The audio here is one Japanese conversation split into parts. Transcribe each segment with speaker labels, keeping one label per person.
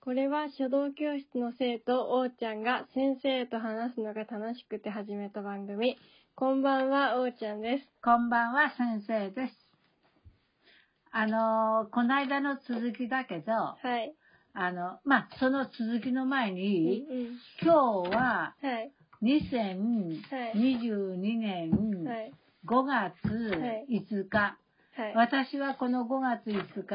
Speaker 1: これは書道教室の生徒、おーちゃんが先生と話すのが楽しくて始めた番組。こんばんは、おーちゃんです。
Speaker 2: こんばんは、先生です。あのー、この間の続きだけど、
Speaker 1: はい。
Speaker 2: あの、まあ、その続きの前
Speaker 1: うん
Speaker 2: に、
Speaker 1: うん
Speaker 2: 今日は
Speaker 1: はい。
Speaker 2: 2022
Speaker 1: は
Speaker 2: 年
Speaker 1: い。
Speaker 2: 5月
Speaker 1: はい
Speaker 2: 5日。
Speaker 1: はい。
Speaker 2: 私はこの5月5日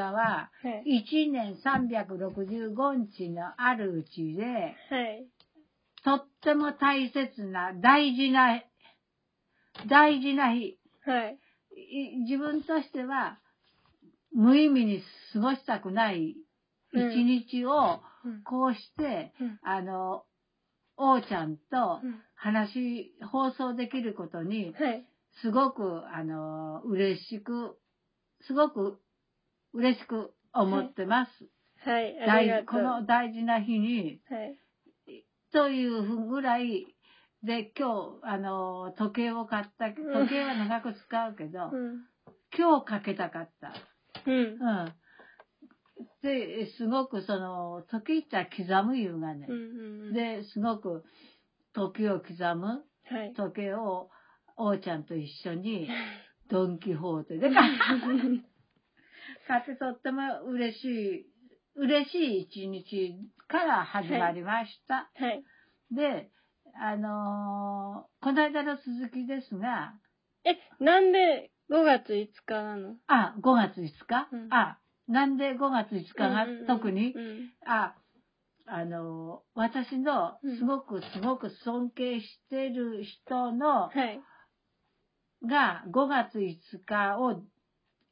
Speaker 1: は
Speaker 2: は、
Speaker 1: い。
Speaker 2: 1年365日のあるうちで、
Speaker 1: はい。
Speaker 2: とっても大切な、大事な、大事な日。
Speaker 1: はい。
Speaker 2: い自分としては無意味に過ごしたくない一
Speaker 1: うん
Speaker 2: 日を
Speaker 1: うん
Speaker 2: こうして、
Speaker 1: うん
Speaker 2: あの、おーちゃんと
Speaker 1: うん
Speaker 2: 話、放送できることに、
Speaker 1: はい。
Speaker 2: すごく、あの、嬉しく、すごく嬉しく思ってます。
Speaker 1: はい。ありが
Speaker 2: 大
Speaker 1: とう。
Speaker 2: この大事な日に、
Speaker 1: はい。
Speaker 2: というぐらい、で、今日、あの、時計を買った、時計は長く使うけど、
Speaker 1: うん。
Speaker 2: 今日かけたかった。
Speaker 1: うん。
Speaker 2: うん。で、すごくその、時った刻むいうがね
Speaker 1: う、んうん。、
Speaker 2: で、すごく時を刻む
Speaker 1: はい。
Speaker 2: 時計を、おーちゃんと一緒 に、ドン・キホーテで買った。買ってとっても嬉しい、嬉しい一日から始まりました。
Speaker 1: はい。
Speaker 2: で、あのーこの間の続きですが、
Speaker 1: え、なんで5月5日なの
Speaker 2: あ、5月5日、
Speaker 1: うん
Speaker 2: あ、なんで5月5日が特に、
Speaker 1: うん
Speaker 2: あ、あの、私の
Speaker 1: うん
Speaker 2: すごくすごく尊敬してる人の、
Speaker 1: はい。
Speaker 2: が5月5日を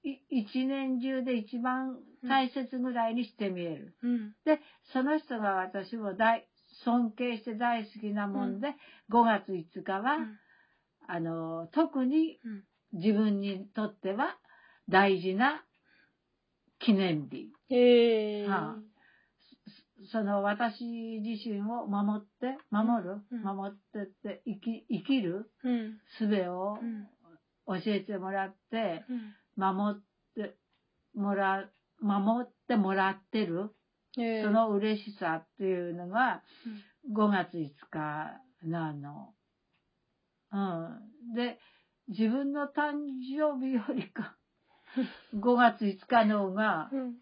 Speaker 2: い一年中で一番大切ぐらいにしてみえる。
Speaker 1: うん。
Speaker 2: で、その人が私も大、尊敬して大好きなもんで、5月5日は、
Speaker 1: うん
Speaker 2: あの、特に
Speaker 1: うん
Speaker 2: 自分にとっては大事な記念日。
Speaker 1: へえ。
Speaker 2: はあその私自身を守って、守る、
Speaker 1: うん
Speaker 2: 守ってって生き、生きる
Speaker 1: うん。
Speaker 2: 術を
Speaker 1: うん。
Speaker 2: 教えてもらって、
Speaker 1: うん
Speaker 2: 守ってもら、守ってもらってる、
Speaker 1: へえ
Speaker 2: そ、の嬉しさっていうのが5月5日なの。うん。で、自分の誕生日より か、5月5日の方が
Speaker 1: う、ん。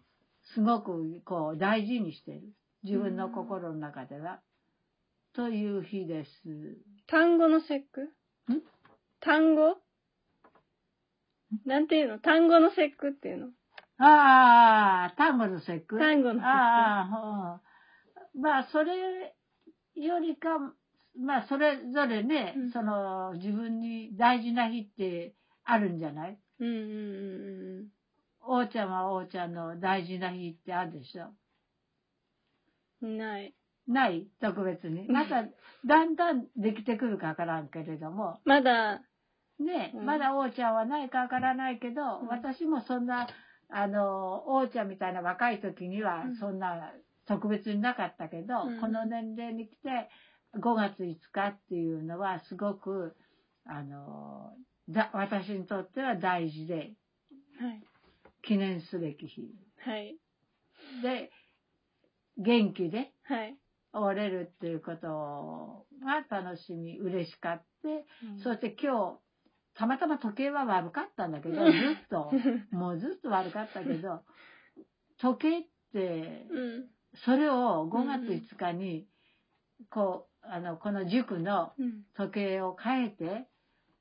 Speaker 2: すごくこう大事にしてる。自分の心の中では。という日です。
Speaker 1: 単語の節句
Speaker 2: ん
Speaker 1: 単語なんていうの単語の節句っていうの
Speaker 2: ああ、単語の節句。
Speaker 1: 単語の節句
Speaker 2: ああ、うん。まあ、それよりか、まあ、それぞれね、
Speaker 1: うん
Speaker 2: その、自分に大事な日ってあるんじゃない
Speaker 1: うんうんうんうん
Speaker 2: おーちゃんはおーちゃんの大事な日ってあるでしょ
Speaker 1: うん。ない。
Speaker 2: ない特別に。また、だんだんできてくるかわからんけれども。
Speaker 1: まだ、
Speaker 2: ね、
Speaker 1: うん
Speaker 2: まだおーちゃんはないかわからないけど、
Speaker 1: うん
Speaker 2: 私もそんな、あの、おーちゃんみたいな若い時には
Speaker 1: うん、
Speaker 2: そんな特別になかったけど、
Speaker 1: うん
Speaker 2: この年齢に来て、5月5日っていうのはすごく、あの、だ私にとっては大事で、
Speaker 1: はい。
Speaker 2: 記念すべき日。
Speaker 1: はい。
Speaker 2: で、元気で
Speaker 1: はい。
Speaker 2: 折れるっていうことが楽しみ、嬉しかって、そ して今日、たまたま時計は悪かったんだけど、ずっと、もうずっと悪かったけど、時計って、
Speaker 1: うん。
Speaker 2: それを5月5日に、こう、あの、この塾の
Speaker 1: うん。
Speaker 2: 時計を変えて、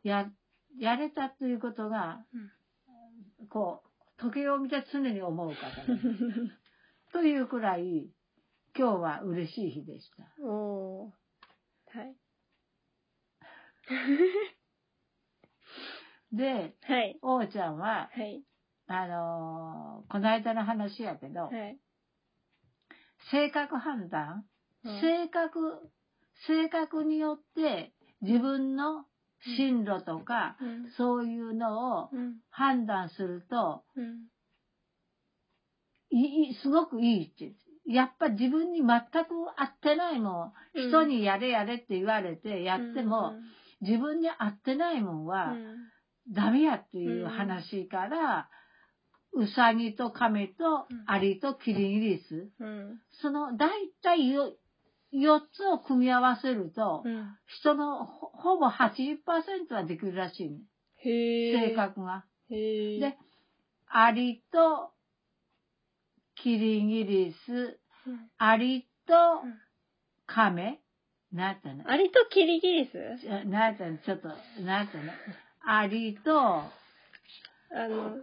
Speaker 2: や、やれたということが、こう、時計を見て常に思うから、ね、というくらい、今日は嬉しい日でした。
Speaker 1: うん。おー。はい。
Speaker 2: で、
Speaker 1: はい。
Speaker 2: おーちゃんは、
Speaker 1: はい。
Speaker 2: あのーこの間の話やけど、
Speaker 1: はい。
Speaker 2: 性格判断、
Speaker 1: うん
Speaker 2: 性格、性格によって自分の進路とか、
Speaker 1: うん。
Speaker 2: そういうのを
Speaker 1: うん。
Speaker 2: 判断すると、
Speaker 1: うん。
Speaker 2: いいすごくいいって。やっぱ自分に全く合ってないもん、
Speaker 1: うん
Speaker 2: 人にやれやれって言われてやっても、
Speaker 1: うん、
Speaker 2: 自分に合ってないもんは
Speaker 1: うん
Speaker 2: ダメやっていう話から、うさぎと亀と
Speaker 1: うん
Speaker 2: アリとキリギリス。
Speaker 1: うん。
Speaker 2: その、だいたいよ4つを組み合わせると、
Speaker 1: うん。
Speaker 2: 人のほほぼ80%はできるらしいね。
Speaker 1: へえ。
Speaker 2: 性。格が。
Speaker 1: へえ。
Speaker 2: で、アリとキリギリス、
Speaker 1: うん、
Speaker 2: アリと
Speaker 1: うん
Speaker 2: カメ、なんやったの
Speaker 1: アリとキリギリス
Speaker 2: ちょなんやったのちょっと、なんやったのアリと、
Speaker 1: あの、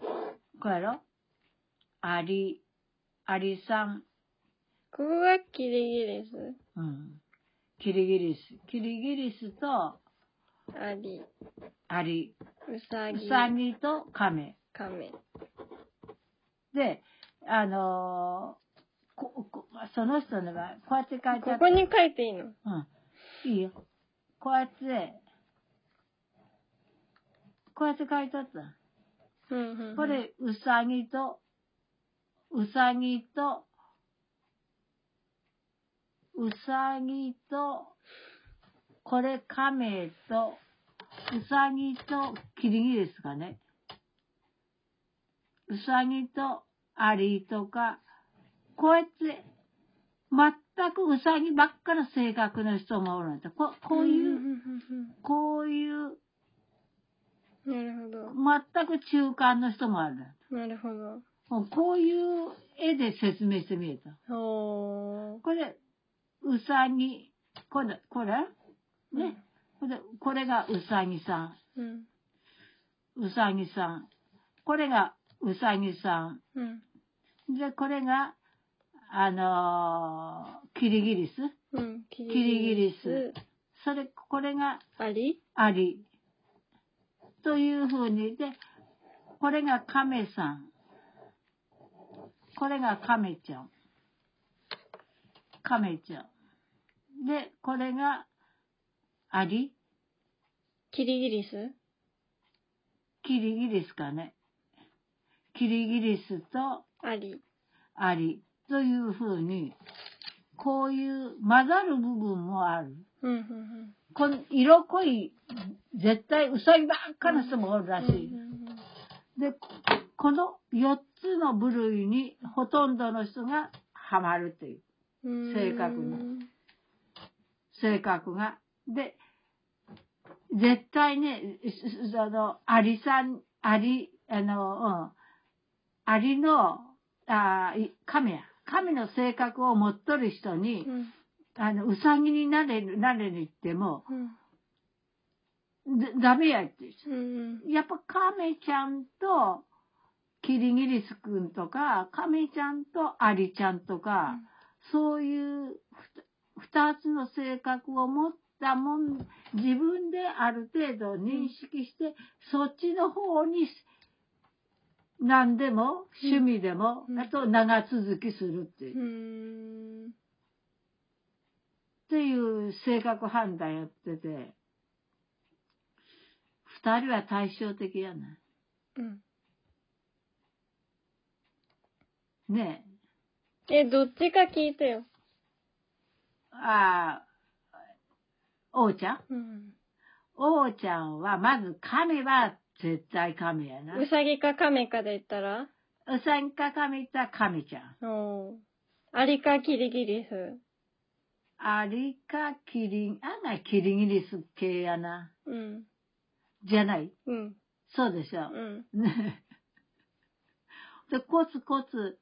Speaker 2: こうやろアリ、アリさん、
Speaker 1: ここがキリギリス。
Speaker 2: うん。キリギリス。キリギリスと
Speaker 1: アリ、
Speaker 2: アリ、
Speaker 1: ウサギ
Speaker 2: ウ、サギとカメ。
Speaker 1: カメ。
Speaker 2: で、あのーここその人のは、こうやって書いてあって
Speaker 1: ここに書いていいの
Speaker 2: うん。いいよ。こうやって、こうやって書いてあった。
Speaker 1: うんうんうん。
Speaker 2: これ、うさぎと、うさぎと、うさぎと、これ、亀と、うさぎと、キリギリスかね。うさぎと、アリとか、こうやって、全くうさぎばっかの性格の人もおるんだ。ここう
Speaker 1: うん
Speaker 2: いう、
Speaker 1: ん
Speaker 2: こういう、
Speaker 1: うんうん。なるほ
Speaker 2: 全く中間の人もあるんだ。
Speaker 1: ど。なるほど。
Speaker 2: もうこういう絵で説明してみると。
Speaker 1: ほ
Speaker 2: これ、うさぎ、これ、これ
Speaker 1: う。
Speaker 2: ね。これ、これがうさぎさ
Speaker 1: うん。
Speaker 2: ん。うさぎさん。これがうさぎさん。
Speaker 1: うん。
Speaker 2: で、これが、あのーキリギリス。
Speaker 1: うん。キ
Speaker 2: リギリス。それ、これが
Speaker 1: アリ
Speaker 2: アリ。というふうに、で、これがカメさん。これがカメちゃん。カメちゃん。で、これがアリ
Speaker 1: キリギリス
Speaker 2: キリギリスかね。キリギリスと
Speaker 1: アリ。
Speaker 2: アリというふうに、こういう混ざる部分もある。
Speaker 1: うんうんうん。
Speaker 2: この色濃い、絶対ウサギばっかの人もおるらしい。
Speaker 1: うんうんうん
Speaker 2: で、この4つの部類にほとんどの人がハマるという性格の性格が。で、絶対ね、すすあの、アリさん、アリ、あの、うん、アリの、あーい亀や。亀の性格を持っとる人に、
Speaker 1: うん
Speaker 2: あの、ウサギになれる、なれに行っても、
Speaker 1: うん
Speaker 2: だダメやって。
Speaker 1: うん
Speaker 2: やっぱ亀ちゃんとキリギリスくんとか、亀ちゃんとアリちゃんとか、
Speaker 1: うん
Speaker 2: そういうふた二つの性格を持ったもん、自分である程度認識して、そっちの方に何でも趣味でも、
Speaker 1: うん
Speaker 2: あと長続きするってい
Speaker 1: う
Speaker 2: う、っ
Speaker 1: ん。
Speaker 2: ていう性格判断やってて、二人は対照的やない。
Speaker 1: うん。
Speaker 2: ねえ。
Speaker 1: え、どっちか聞いてよ。
Speaker 2: ああ、王ちゃん
Speaker 1: うん。
Speaker 2: 王ちゃんは、まず亀は絶対亀やな。
Speaker 1: うさぎかカメかで言ったら
Speaker 2: うさぎか亀ったら亀ちゃん。
Speaker 1: おーアリかキリギリス。
Speaker 2: アリかキリン、あんなキリギリス系やな。
Speaker 1: うん。
Speaker 2: じゃない
Speaker 1: うん。
Speaker 2: そう でし
Speaker 1: う
Speaker 2: ょ。
Speaker 1: ん。
Speaker 2: ね。で、コツコツ。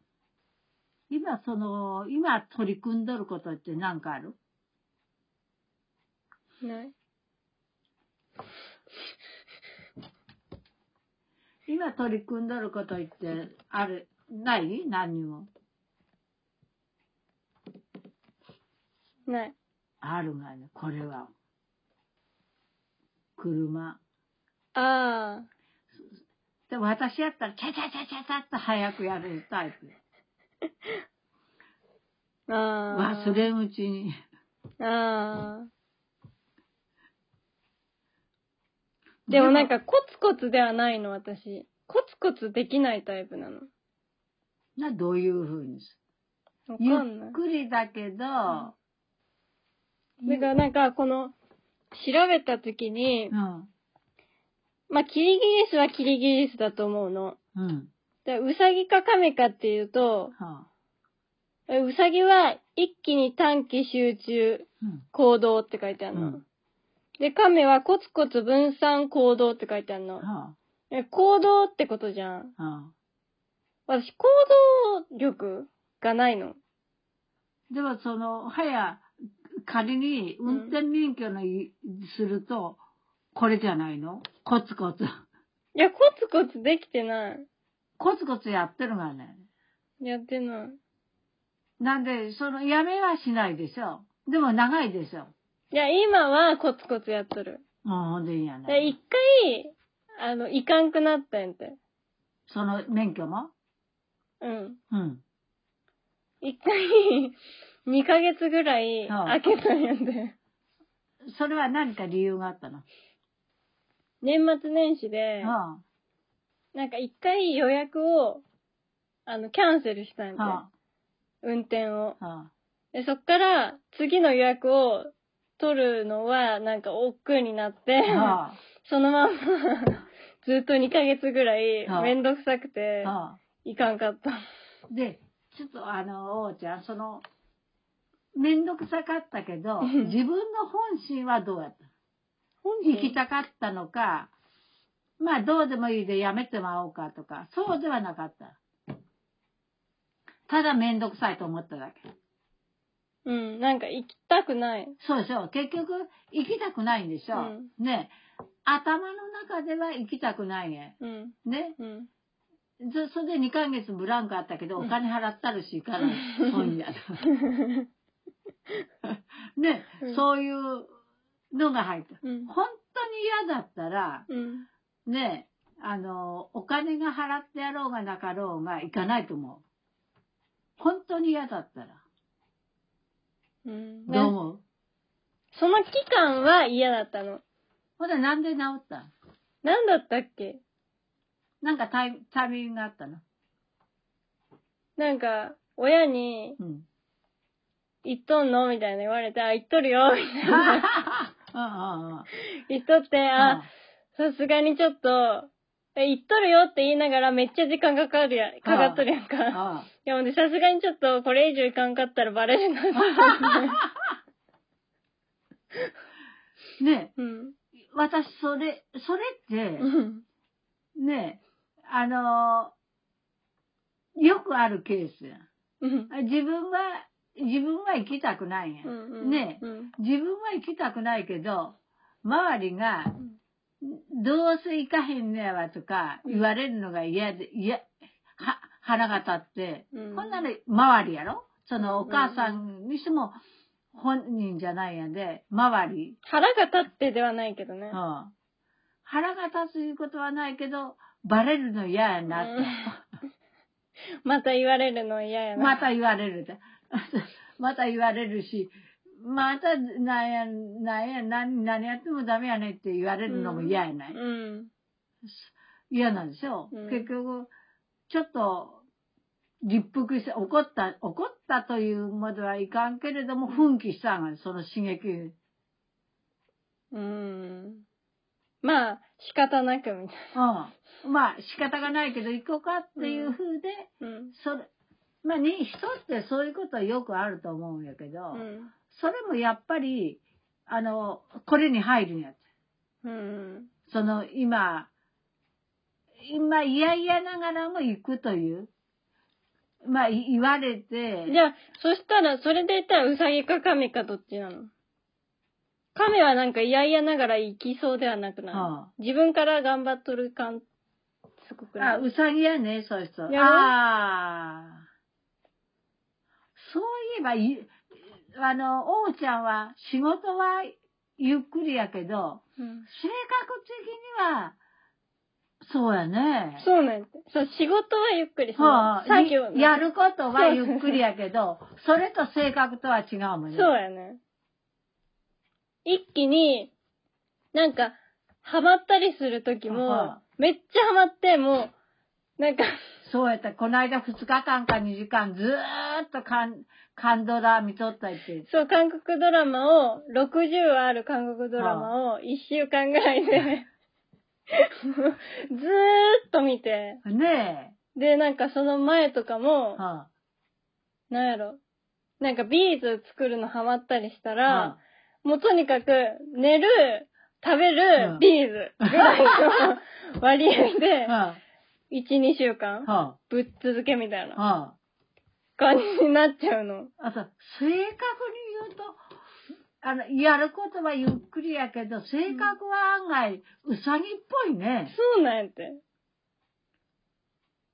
Speaker 2: 今、その、今取り組んどることって何かある
Speaker 1: ない。
Speaker 2: 今取り組んどることってある、ない何にも。
Speaker 1: ない。
Speaker 2: あるがね、これは。車。
Speaker 1: あ
Speaker 2: で、私やったら、チャチャチャチャチャっと早くやるタイプ。
Speaker 1: あ。ああ。
Speaker 2: 忘。れんうちに。
Speaker 1: ああ。でもなん、かコツコツではないの、私。コツコツできないタイプなの。
Speaker 2: な、どういうふうにす
Speaker 1: わ
Speaker 2: るゆ
Speaker 1: かんな
Speaker 2: っ
Speaker 1: い。
Speaker 2: くりだけど、
Speaker 1: だからなんか、この、調べた時に
Speaker 2: う、ん。
Speaker 1: まあ、キリギリスはキリギリスだと思うの。
Speaker 2: うん。
Speaker 1: でうさぎか亀かっていうと、
Speaker 2: はあ
Speaker 1: えうさぎは一気に短期集中
Speaker 2: うん
Speaker 1: 行動って書いてあるの。
Speaker 2: うん
Speaker 1: で、亀はコツコツ分散行動って書いてあるの。
Speaker 2: は
Speaker 1: え行動ってことじゃん。
Speaker 2: あはあ
Speaker 1: 私、行動力がないの。
Speaker 2: でもその、はや、仮に運転免許のい、すると、これじゃないのコツコツ。
Speaker 1: いや、コツコツできてない。
Speaker 2: コツコツやってるがね。
Speaker 1: やってない。
Speaker 2: なんで、その、やめはしないでしょ。でも長いでしょ。
Speaker 1: いや、今はコツコツやっとる。
Speaker 2: うん、ほんでいいやな。
Speaker 1: で、一回、あの、いかんくなったんやて。
Speaker 2: その免許も
Speaker 1: うん。
Speaker 2: うん。
Speaker 1: 一回、 二ヶ月ぐらい、
Speaker 2: は
Speaker 1: 開
Speaker 2: あ
Speaker 1: けたんやて。
Speaker 2: それは何か理由があったの、
Speaker 1: 年末年始で、
Speaker 2: は
Speaker 1: なんか一回予約を、あの、キャンセルしたん
Speaker 2: あ、
Speaker 1: で、
Speaker 2: は
Speaker 1: 運転を。
Speaker 2: あ、は
Speaker 1: で、そっから、次の予約を取るのは、なんか億劫になって、
Speaker 2: あ、は
Speaker 1: そのまんま、ずっと2ヶ月ぐらい
Speaker 2: は、あ
Speaker 1: めんどくさく
Speaker 2: あ、
Speaker 1: て、
Speaker 2: はい
Speaker 1: かんかった。
Speaker 2: あ。で、ちょっとあの、おうちゃん、その、めんどくさかったけど、自分の本心はどうやった行きたかったのか、まあどうでもいいでやめてもらおうかとか、そうではなかった。ただめんどくさいと思っただけ。
Speaker 1: うん、なんか行きたくない。
Speaker 2: そうでしょ。結局、行きたくないんでしょ。ね。頭の中では行きたくないね。
Speaker 1: うん、
Speaker 2: ね。
Speaker 1: うん。
Speaker 2: ずそれで2ヶ月ブランクあったけど、お金払ったるし、から、本屋だ。ね
Speaker 1: う。ん
Speaker 2: そういうのが入った。
Speaker 1: うん。
Speaker 2: 本当に嫌だったら、
Speaker 1: うん。
Speaker 2: ねえ、あの、お金が払ってやろうがなかろうが行かないと思う。本当に嫌だったら。
Speaker 1: うん。
Speaker 2: どう思う
Speaker 1: その期間は嫌だったの。
Speaker 2: ほら、なんで治った
Speaker 1: なんだったっけ
Speaker 2: なんかタイタイミングがあったの
Speaker 1: なんか、親に、
Speaker 2: うん。
Speaker 1: 行っとんのみたいな言われて、あ、行っとるよみたいな。
Speaker 2: うんうんうん
Speaker 1: 行っとって、あ、さすがにちょっと、え、行っとるよって言いながらめっちゃ時間かかるや、かかっとるやん
Speaker 2: うん
Speaker 1: か。
Speaker 2: うん
Speaker 1: いや、ほんでさすがにちょっとこれ以上行かんかったらバレるな って。
Speaker 2: ね
Speaker 1: うん。
Speaker 2: え、私、それ、それって
Speaker 1: う、ん。
Speaker 2: ねえ、あのよくあるケースや。
Speaker 1: うん。
Speaker 2: 自分は、自分は行きたくないんや。
Speaker 1: うん
Speaker 2: ねえ、
Speaker 1: うん。
Speaker 2: 自分は行きたくないけど、周りが、どうせ行かへんねやわとか言われるのが嫌で、いや、は、腹が立って、
Speaker 1: うん
Speaker 2: ほんなら周りやろそのお母さんにしても本人じゃないやで、周り。
Speaker 1: 腹が立ってではないけどね
Speaker 2: うん。。腹が立ついうことはないけど、バレるの嫌やなって。
Speaker 1: また言われるの嫌やな。
Speaker 2: また言われるで。 また言われるし、また、なんや、なんや、何、何やってもダメやねって言われるのも嫌やない。
Speaker 1: うん。
Speaker 2: 嫌なんでしょう、
Speaker 1: うん
Speaker 2: 結局、ちょっと、立腹して、怒った、怒ったというまではいかんけれども、奮起したんが、その刺激。
Speaker 1: うん。まあ、仕方なくみたい
Speaker 2: うん。まあ、仕方がないけど、行こうかっていう風で、
Speaker 1: な。うん。
Speaker 2: それ、まあ、に、人ってそういうことはよくあると思うんやけど、
Speaker 1: うん。
Speaker 2: それもやっぱり、あの、これに入るんやつ。
Speaker 1: うん。
Speaker 2: その、今、今、嫌々ながらも行くという。まあ、い言われて、
Speaker 1: じゃあ、そしたら、それで言ったら、ウサギか亀かどっちなの亀はなんか嫌々ながら行きそうではなくない、
Speaker 2: あ
Speaker 1: 自分から頑張っとる感、すごくな
Speaker 2: あ、
Speaker 1: いう
Speaker 2: さぎやね、そういう人。あ
Speaker 1: やろ
Speaker 2: あ。そういえば、いあの、おうちゃんは仕事はゆっくりやけど、
Speaker 1: うん
Speaker 2: 性格的には、そうやね。
Speaker 1: そうなんやてそう、仕事はゆっくり、そ
Speaker 2: は
Speaker 1: の
Speaker 2: あ、
Speaker 1: 作業ね
Speaker 2: やることはゆっくりやけど、それと性格とは違うもんね。
Speaker 1: そうやね。一気に、なんか、ハマったりするときも
Speaker 2: あ、
Speaker 1: めっちゃハマって、もう、なんか、
Speaker 2: そうやった。この間2日間か2時間ずーっとカン、カンドラ見とったって。
Speaker 1: そう、韓国ドラマを、60ある韓国ドラマを1週 間ぐらいで、ずーっと見て、
Speaker 2: ね
Speaker 1: で、なんかその前とかも、
Speaker 2: は
Speaker 1: なんやろ。なんかビーズ作るのハマったりした
Speaker 2: あ、
Speaker 1: ら、
Speaker 2: は
Speaker 1: もうとにかく、寝る、食べ
Speaker 2: う
Speaker 1: る
Speaker 2: ん、
Speaker 1: ビーズぐらい の割合
Speaker 2: あ、
Speaker 1: で、
Speaker 2: は
Speaker 1: 1、2週間
Speaker 2: あ、、は
Speaker 1: ぶっ続けみたい
Speaker 2: あ、
Speaker 1: な
Speaker 2: はあ。
Speaker 1: 感じになっちゃうの。
Speaker 2: あと、正確に言うと、あの、やることはゆっくりやけど、性格は案外、うさぎっぽいね。
Speaker 1: そうなんやって。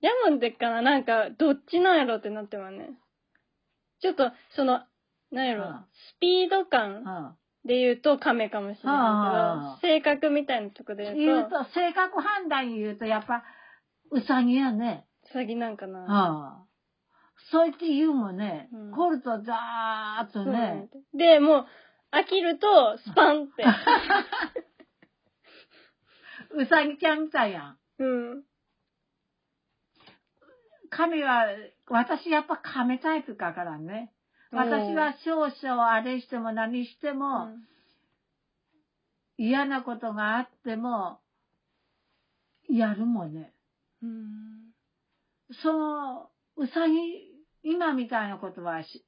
Speaker 1: やもんでっかな、なんか、どっちなんやろってなってはね。ちょっと、その、なんやろ、
Speaker 2: うん
Speaker 1: スピード
Speaker 2: う
Speaker 1: 感
Speaker 2: ん。
Speaker 1: で言うと亀かもしれないけど、性格みたいなとこで言
Speaker 2: 言
Speaker 1: う
Speaker 2: う
Speaker 1: と、
Speaker 2: と、性格判断言うと、やっぱ、うさぎやね。
Speaker 1: うさぎなんか
Speaker 2: う
Speaker 1: な。
Speaker 2: ん。そう言って言うもんね
Speaker 1: うん、
Speaker 2: コルトザーっ
Speaker 1: そ
Speaker 2: と
Speaker 1: うなんやっ
Speaker 2: ね、
Speaker 1: てで、もう、飽きると、スパンって。
Speaker 2: うさぎちゃんみたいやん。
Speaker 1: うん。
Speaker 2: 亀は、私やっぱ亀タイプだからね。私は少々あれしても何して
Speaker 1: う
Speaker 2: も、
Speaker 1: ん、
Speaker 2: 嫌なことがあっても、やるもんね。
Speaker 1: うん。
Speaker 2: その、うさぎ、今みたいなことはし、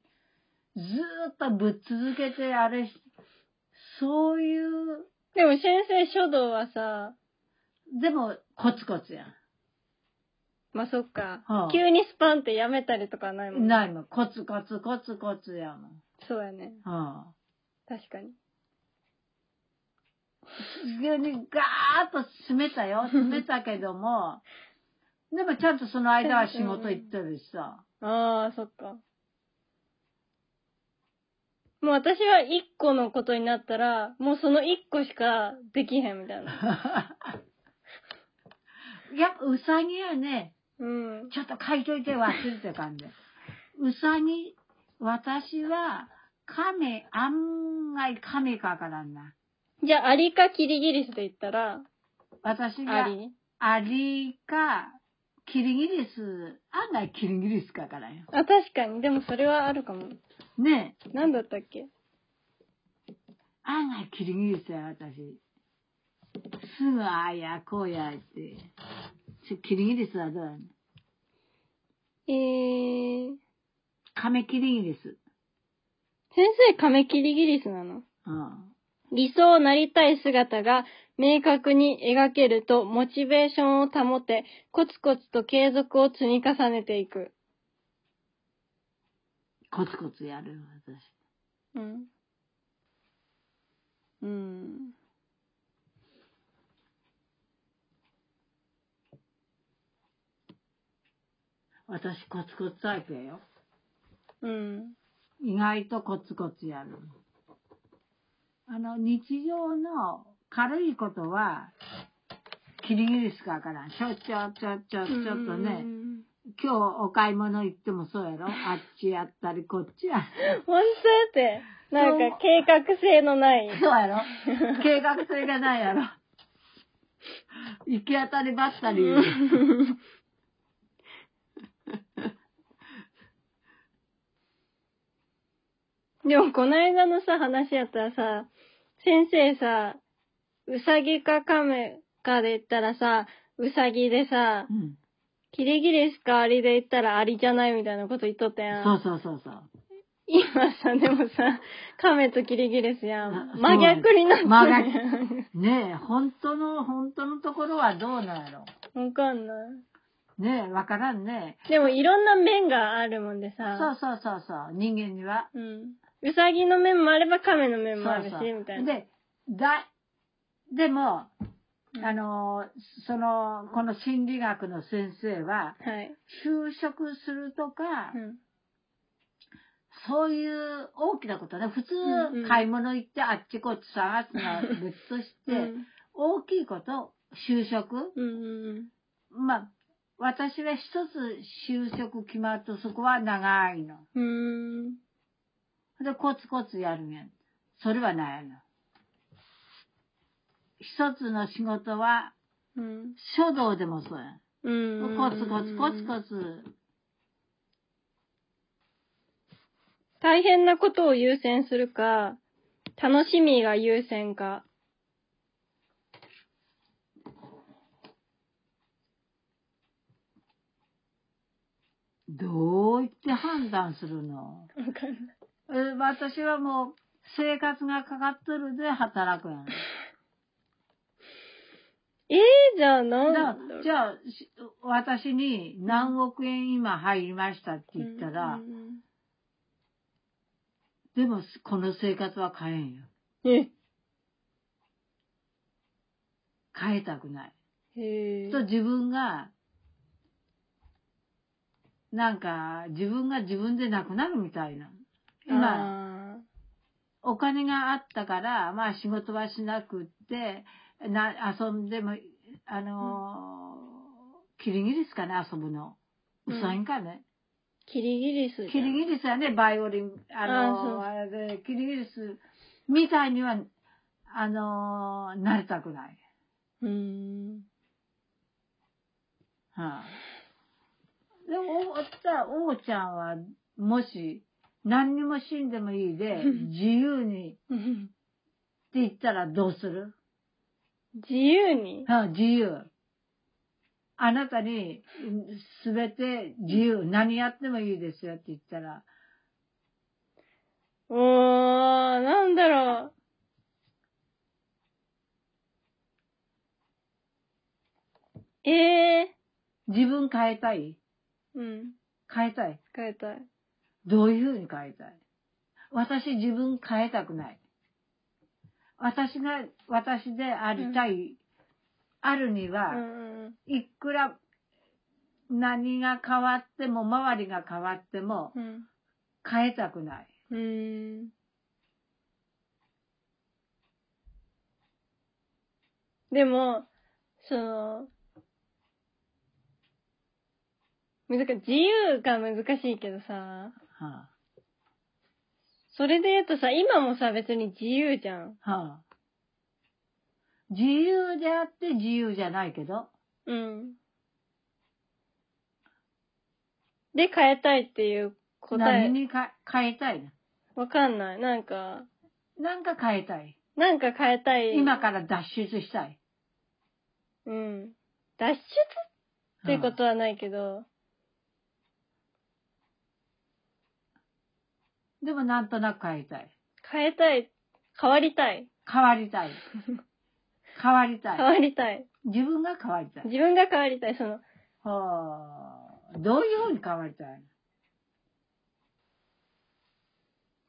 Speaker 2: ずーっとぶっ続けてあれし、そういう、
Speaker 1: でも先生、書道はさ、
Speaker 2: でも、コツコツや
Speaker 1: まあ、そっか、
Speaker 2: はあ
Speaker 1: 急にスパンってやめたりとかはないもん
Speaker 2: ん。ないもん。コツコツコツコツやもん。
Speaker 1: そうやね。
Speaker 2: うん。
Speaker 1: 確かに。
Speaker 2: 急にガーッと詰めたよ。詰めたけども、でもちゃんとその間は仕事行ってるしさ。
Speaker 1: ああ、そっか。もう私は一個のことになったら、もうその一個しかできへんみたいな。
Speaker 2: やっぱうさぎはね、
Speaker 1: うん。
Speaker 2: ちょっと書いといて忘れてたんで。うさぎ、私は、亀、案外亀かからんな。
Speaker 1: じゃあ、アリかキリギリスで言ったら、
Speaker 2: 私
Speaker 1: ア
Speaker 2: が、
Speaker 1: リ
Speaker 2: アリか、キリギリス、案外キリギリスかからんよ。
Speaker 1: あ、確かに。でもそれはあるかも。
Speaker 2: ねえ、
Speaker 1: なんだったっけ
Speaker 2: 案外キリギリスや、私。すぐああや、こうやって。ちキリギリスはどうやねん
Speaker 1: えー、
Speaker 2: 亀キリギリス。
Speaker 1: 先生、カメキリギリスなの
Speaker 2: うん。
Speaker 1: 理想なりたい姿が明確に描けるとモチベーションを保て、コツコツと継続を積み重ねていく。
Speaker 2: コツコツやる、私。
Speaker 1: うん。うん。
Speaker 2: 私、コツコツタイプやよ。
Speaker 1: うん。
Speaker 2: 意外とコツコツやる。あの、日常の軽いことは、キリギリスかわからん。ちょちょちょちょちょっとね、今日お買い物行ってもそうや ろ。あっちやったり、こっちや。
Speaker 1: 本当って、なんか計画性のない。
Speaker 2: そうやろ。 計画性がないやろ。行き当たりばったり。
Speaker 1: でも、この間のさ、話やったらさ、先生さ、うさぎか亀かで言ったらさ、うさぎでさ
Speaker 2: う、ん。
Speaker 1: キリギリスかアリで言ったらアリじゃないみたいなこと言っとったやん。
Speaker 2: そうそうそうそう。
Speaker 1: 今さ、でもさ、亀とキリギリスや
Speaker 2: あ
Speaker 1: ん。真逆になってるや
Speaker 2: そ
Speaker 1: ん。
Speaker 2: ねえ、本当の、本当のところはどうなんやろ。
Speaker 1: わかんない。
Speaker 2: ねえ、わからんね。
Speaker 1: でもいろんな面があるもんで
Speaker 2: そ
Speaker 1: さ。
Speaker 2: うそうそうそう。人間には。
Speaker 1: うん。うさぎの面もあれば亀の面もあるし、
Speaker 2: そうそう
Speaker 1: みたいな。
Speaker 2: で、だ、でも、
Speaker 1: うん
Speaker 2: あの、その、この心理学の先生は、
Speaker 1: はい。
Speaker 2: 就職するとか、
Speaker 1: うん。
Speaker 2: そういう大きなことね、普
Speaker 1: うんうん
Speaker 2: 通、買い物行ってあっちこっち探すのは別として、
Speaker 1: うん
Speaker 2: 大きいこと、就職、
Speaker 1: うん。
Speaker 2: まあ、私は一つ就職決まるとそこは長いの。
Speaker 1: うんうん。うーん。
Speaker 2: で、コツコツやるんやん。それはないの。一つの仕事は、
Speaker 1: うん。
Speaker 2: 書道でもそうやん。
Speaker 1: うん。
Speaker 2: コツコツコツコツ。
Speaker 1: 大変なことを優先するか、楽しみが優先か。
Speaker 2: どう言って判断するの
Speaker 1: わかんない。
Speaker 2: えー私はもう生活がかかっとるで働くやん。
Speaker 1: えー、じゃあ
Speaker 2: じ
Speaker 1: なん
Speaker 2: ゃあ
Speaker 1: だろう、
Speaker 2: じゃあし私に何億円今入りましたって言ったら、
Speaker 1: うんうん
Speaker 2: でもこの生活は変えんよ。
Speaker 1: うんえ、
Speaker 2: 変えたくない。
Speaker 1: へえ。
Speaker 2: と自分が、なんか自分が自分でなくなるみたいな。今、
Speaker 1: あ
Speaker 2: お金があったから、まあ仕事はしなくって、な、遊んでも、あのーキリギリスかね、遊ぶの。
Speaker 1: うん
Speaker 2: ウサギかね。
Speaker 1: ー、キリギリスじゃん。
Speaker 2: キリギリスはね、バイオリン、あ
Speaker 1: あーそう
Speaker 2: のーあれで、キリギリスみたいには、あのーなりたくない。
Speaker 1: うーん。
Speaker 2: はあ、でも、おじゃあ、おうちゃんは、もし、何にも死んでもいいで、自由にって言ったらどうする
Speaker 1: 自由に
Speaker 2: うん自由。あなたに、すべて自由、何やってもいいですよって言ったら、
Speaker 1: おー、なんだろう。え
Speaker 2: 自分変えたい
Speaker 1: ー、うん。
Speaker 2: 変えたい
Speaker 1: 変えたい。
Speaker 2: どういうふうに変えたい私自分変えたくない。私が、私でありたい、あるに
Speaker 1: う
Speaker 2: は、
Speaker 1: んうん
Speaker 2: いくら何が変わっても、周りが変わっても、
Speaker 1: うん。
Speaker 2: 変えたくない。
Speaker 1: うーん。でも、その、難自由が難しいけどさ、
Speaker 2: は
Speaker 1: それで言うとさ、今もさ、別に自由じゃん。
Speaker 2: あはあ、自由であって自由じゃないけど、
Speaker 1: うん。で、変えたいっていう答
Speaker 2: 何
Speaker 1: え、
Speaker 2: にか変えたい
Speaker 1: わかんない。なんか、
Speaker 2: な。なんか変えたい。
Speaker 1: なんか変えたい。
Speaker 2: 今から脱出したい。
Speaker 1: うん。脱出ってことはないけど、
Speaker 2: うんでもなんとなく変えたい。
Speaker 1: 変えたい。変わりたい。
Speaker 2: 変わり たい。変わりた
Speaker 1: 変
Speaker 2: い。
Speaker 1: わりたい。
Speaker 2: 自分が変わりたい。
Speaker 1: 自分が変わりたい。その、
Speaker 2: はあ、どういうふうに変わりたい、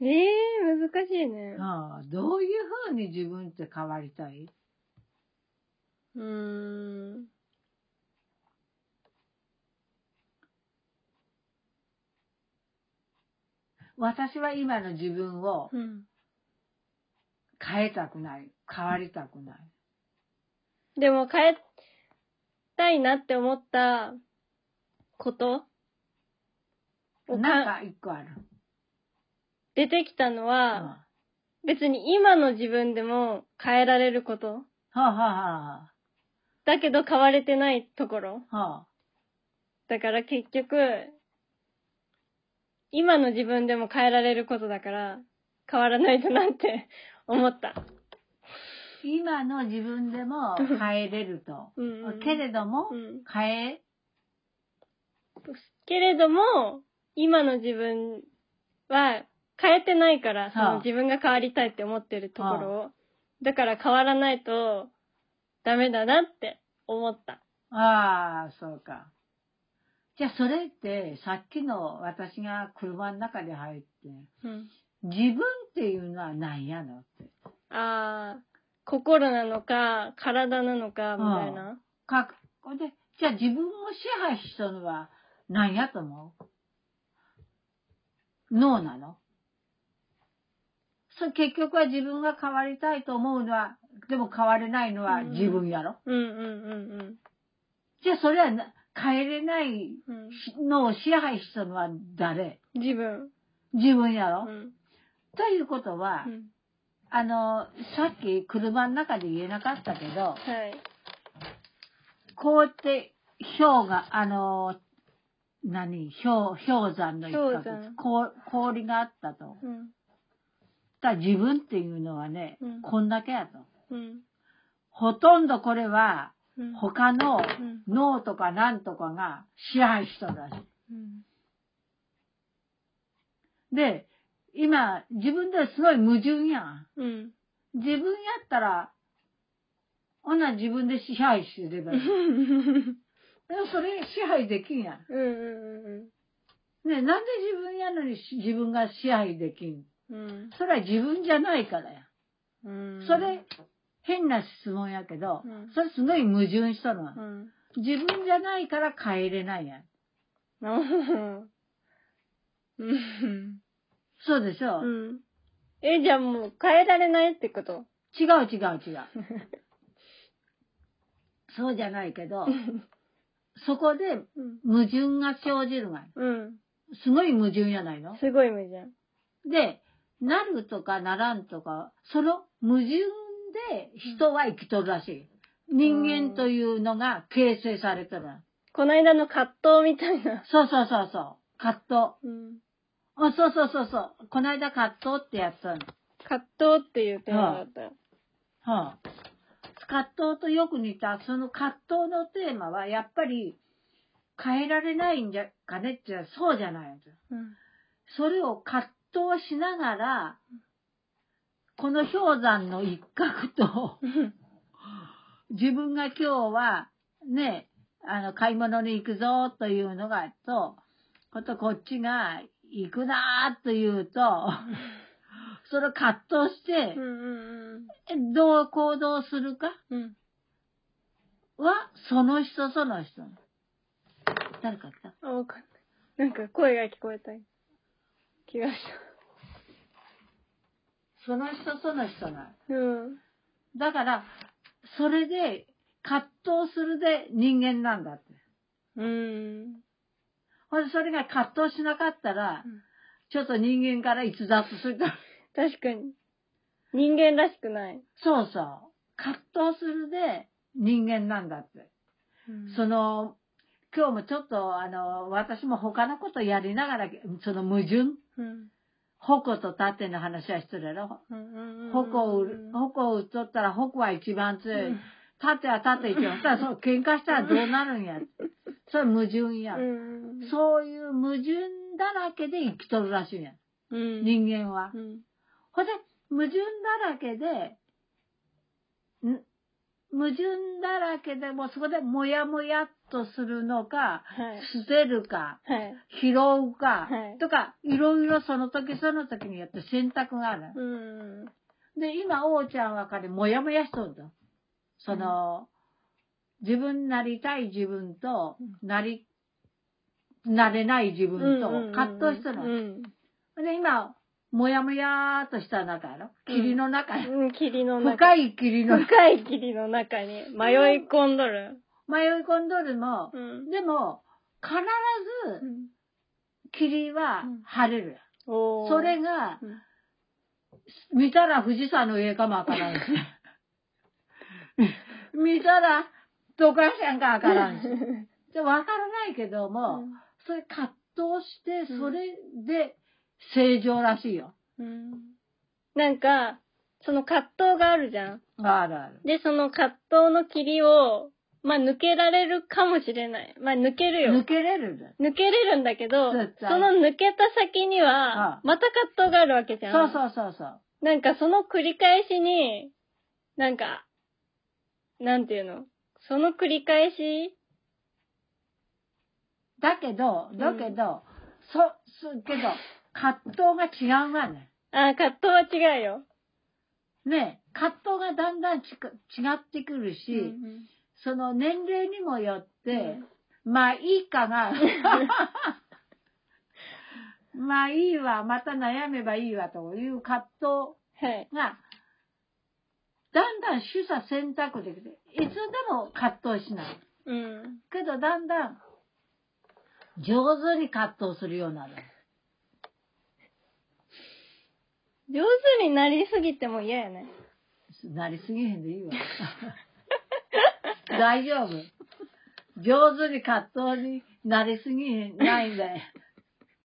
Speaker 1: ええー、難しいね。
Speaker 2: はあ、どういうふうに自分って変わりたいう
Speaker 1: ーん。
Speaker 2: 私は今の自分を
Speaker 1: うん。
Speaker 2: 変えたくない。変わりたくない。
Speaker 1: でも変えたいなって思ったことを
Speaker 2: なんか一個ある。
Speaker 1: 出てきたの
Speaker 2: うん
Speaker 1: は、
Speaker 2: は
Speaker 1: 別に今の自分でも変えられること。
Speaker 2: あ、はあは
Speaker 1: だけど変われてないところ。
Speaker 2: あ、はあ、
Speaker 1: だから結局、今の自分でも変えられることだから、変わらないとなって 思った。
Speaker 2: 今の自分でも変えれると。
Speaker 1: うんうん
Speaker 2: けれども、
Speaker 1: うん
Speaker 2: 変え
Speaker 1: けれども、今の自分は変えてないから、そ
Speaker 2: はあ
Speaker 1: の自分が変わりたいって思ってるところを。だから変わらないとダメだなって思った。
Speaker 2: ああ、そうか。じゃあ、それって、さっきの私が車の中で入って、
Speaker 1: うん。
Speaker 2: 自分っていうのは何やのって。
Speaker 1: あー、心なのか、体なのか、みたいな。
Speaker 2: かこれで、じゃあ自分を支配しとるのは何やと思う脳なのそう、結局は自分が変わりたいと思うのは、でも変われないのは
Speaker 1: うん
Speaker 2: 自分やろ、
Speaker 1: うんうんうんうん
Speaker 2: じゃあそれはな変えれない
Speaker 1: うん。
Speaker 2: のを支配しとるのは誰
Speaker 1: 自分。
Speaker 2: 自分や
Speaker 1: う
Speaker 2: ろ、
Speaker 1: ん。
Speaker 2: ということは、
Speaker 1: うん
Speaker 2: あの、さっき車の中で言えなかったけど、
Speaker 1: はい。
Speaker 2: こうやって氷が、あの、何、氷、氷山の一角
Speaker 1: 氷山
Speaker 2: こう氷があったと。
Speaker 1: うん。
Speaker 2: だから自分っていうのはね、
Speaker 1: うん
Speaker 2: こんだけやと。
Speaker 1: うん。
Speaker 2: ほとんどこれは、
Speaker 1: うん。
Speaker 2: 他の
Speaker 1: ん
Speaker 2: 脳とかなんとかが支配しとるらしい。
Speaker 1: うん
Speaker 2: で、今、自分ですごい矛盾やん。
Speaker 1: うん。
Speaker 2: 自分やったら、ほな自分で支配すれば
Speaker 1: う
Speaker 2: いい。でも
Speaker 1: ん
Speaker 2: それ支配できんやん。
Speaker 1: うん
Speaker 2: ね、なんで自分やのにし自分が支配できん
Speaker 1: うん
Speaker 2: それは自分じゃないからや。
Speaker 1: うん。うん。
Speaker 2: それ、変な質問やけど、
Speaker 1: うん
Speaker 2: それすごい矛盾しとるわ
Speaker 1: う。ん。
Speaker 2: 自分じゃないから変えれないやん。
Speaker 1: うん。うん。
Speaker 2: そうでしょ、
Speaker 1: うん。え、じゃあもう変えられないってこと
Speaker 2: 違う違う違 う。そうじゃないけ ど、そこで
Speaker 1: うん。
Speaker 2: 矛盾が生じるわよ。
Speaker 1: うん。
Speaker 2: すごい矛盾やないの
Speaker 1: すごい無じゃん。
Speaker 2: で、なるとかならんとか、その矛盾で人は生きとるらしい。人間というのが形成されてるの。
Speaker 1: こないだの葛藤みたいな。
Speaker 2: そうそうそうそう。葛藤。
Speaker 1: うん。
Speaker 2: あ、そうそうそうそう。この間葛藤ってやったの。
Speaker 1: 葛藤っていうテーマだった。
Speaker 2: はあ、葛藤とよく似た、その葛藤のテーマは、やっぱり、変えられないんじゃかねって、そうじゃないんだよ。
Speaker 1: うん。
Speaker 2: それを葛藤しながら、この氷山の一角と、自分が今日は、ね、あの、買い物に行くぞというのが、と、ことこっちが行くなーというと、それを葛藤して
Speaker 1: うん、うん
Speaker 2: どう行動するか
Speaker 1: うん。うん。
Speaker 2: は、その人その人。誰か来た
Speaker 1: あ、わかんない。なんか声が聞こえた気がし
Speaker 2: その人その人な
Speaker 1: た。うん。
Speaker 2: のだから、それで、葛藤するで人間なんだって。
Speaker 1: うん。
Speaker 2: ほんで、それが葛藤しなかったら
Speaker 1: うん、
Speaker 2: ちょっと人間から逸脱する。
Speaker 1: 確かに。人間らしくない。
Speaker 2: そうそう。葛藤するで人間なんだって。その、今日もちょっと、あの、私も他のことやりながら、その矛盾、
Speaker 1: うん。
Speaker 2: 矛と盾の話はしてるやろ。
Speaker 1: うんうんうん。
Speaker 2: 矛を売る、矛を売っとったら矛は一番強い。
Speaker 1: うん
Speaker 2: 盾は 盾一番。ただその喧嘩したらどうなるんや。それ矛盾や
Speaker 1: う。ん。
Speaker 2: そういう矛盾だらけで生きとるらしいんや。
Speaker 1: うん。
Speaker 2: 人間は。
Speaker 1: うん。
Speaker 2: ほんで、矛盾だらけで、ん矛盾だらけでもうそこでもやもやっとするのか、
Speaker 1: はい。
Speaker 2: 捨てるか、
Speaker 1: はい。
Speaker 2: 拾うか、
Speaker 1: はい
Speaker 2: とか、いろいろその時その時によって選択がある。
Speaker 1: うん。
Speaker 2: で、今、おうちゃんは彼、もやもやしとると。その、自分なりたい自分と、なり、なれない自分と、葛藤してるの。
Speaker 1: うん。
Speaker 2: で、今、もやもやーっとした中やろ霧の中や、
Speaker 1: うん、霧の中。
Speaker 2: 深い霧 の中。
Speaker 1: 深い霧の中に迷い込んどる。
Speaker 2: 迷い込んどるも、
Speaker 1: うん。
Speaker 2: でも、必ず霧は晴れるやん。
Speaker 1: おー
Speaker 2: それが
Speaker 1: うん、
Speaker 2: 見たら富士山の上かもわから んし。見たら、どかしやんかわからんし。で、わからないけども、それ葛藤して、
Speaker 1: うん
Speaker 2: それで正常らしいよ。
Speaker 1: うん。なんか、その葛藤があるじゃん。
Speaker 2: あるある。
Speaker 1: で、その葛藤の霧を、まあ、抜けられるかもしれない。まあ、抜けるよ。
Speaker 2: 抜けれるんだよ
Speaker 1: 抜けれるんだけど、そ
Speaker 2: 絶対
Speaker 1: の抜けた先に
Speaker 2: あ
Speaker 1: は
Speaker 2: あ、
Speaker 1: また葛藤があるわけじゃん。
Speaker 2: そうそうそうそう。
Speaker 1: なんかその繰り返しに、なんか、なんていうのその繰り返し
Speaker 2: だけど、だけど、そ、そ、けど、葛藤が違うわね。
Speaker 1: あー、葛藤は違うよ。
Speaker 2: ねえ葛藤がだんだんちく違ってくるし、
Speaker 1: うん
Speaker 2: その年齢にもよって、
Speaker 1: うん
Speaker 2: まあいい かな。まあいいわ、また悩めばいいわという葛
Speaker 1: はい。
Speaker 2: 藤が、だんだん取捨選択できて、いつでも葛藤しない。
Speaker 1: うん。
Speaker 2: けどだんだん上手に葛藤するようになる。
Speaker 1: 上手になりすぎても嫌やね。
Speaker 2: なりすぎへんでいいわ。 大丈夫。上手に葛藤になりすぎへん、ないんだよ。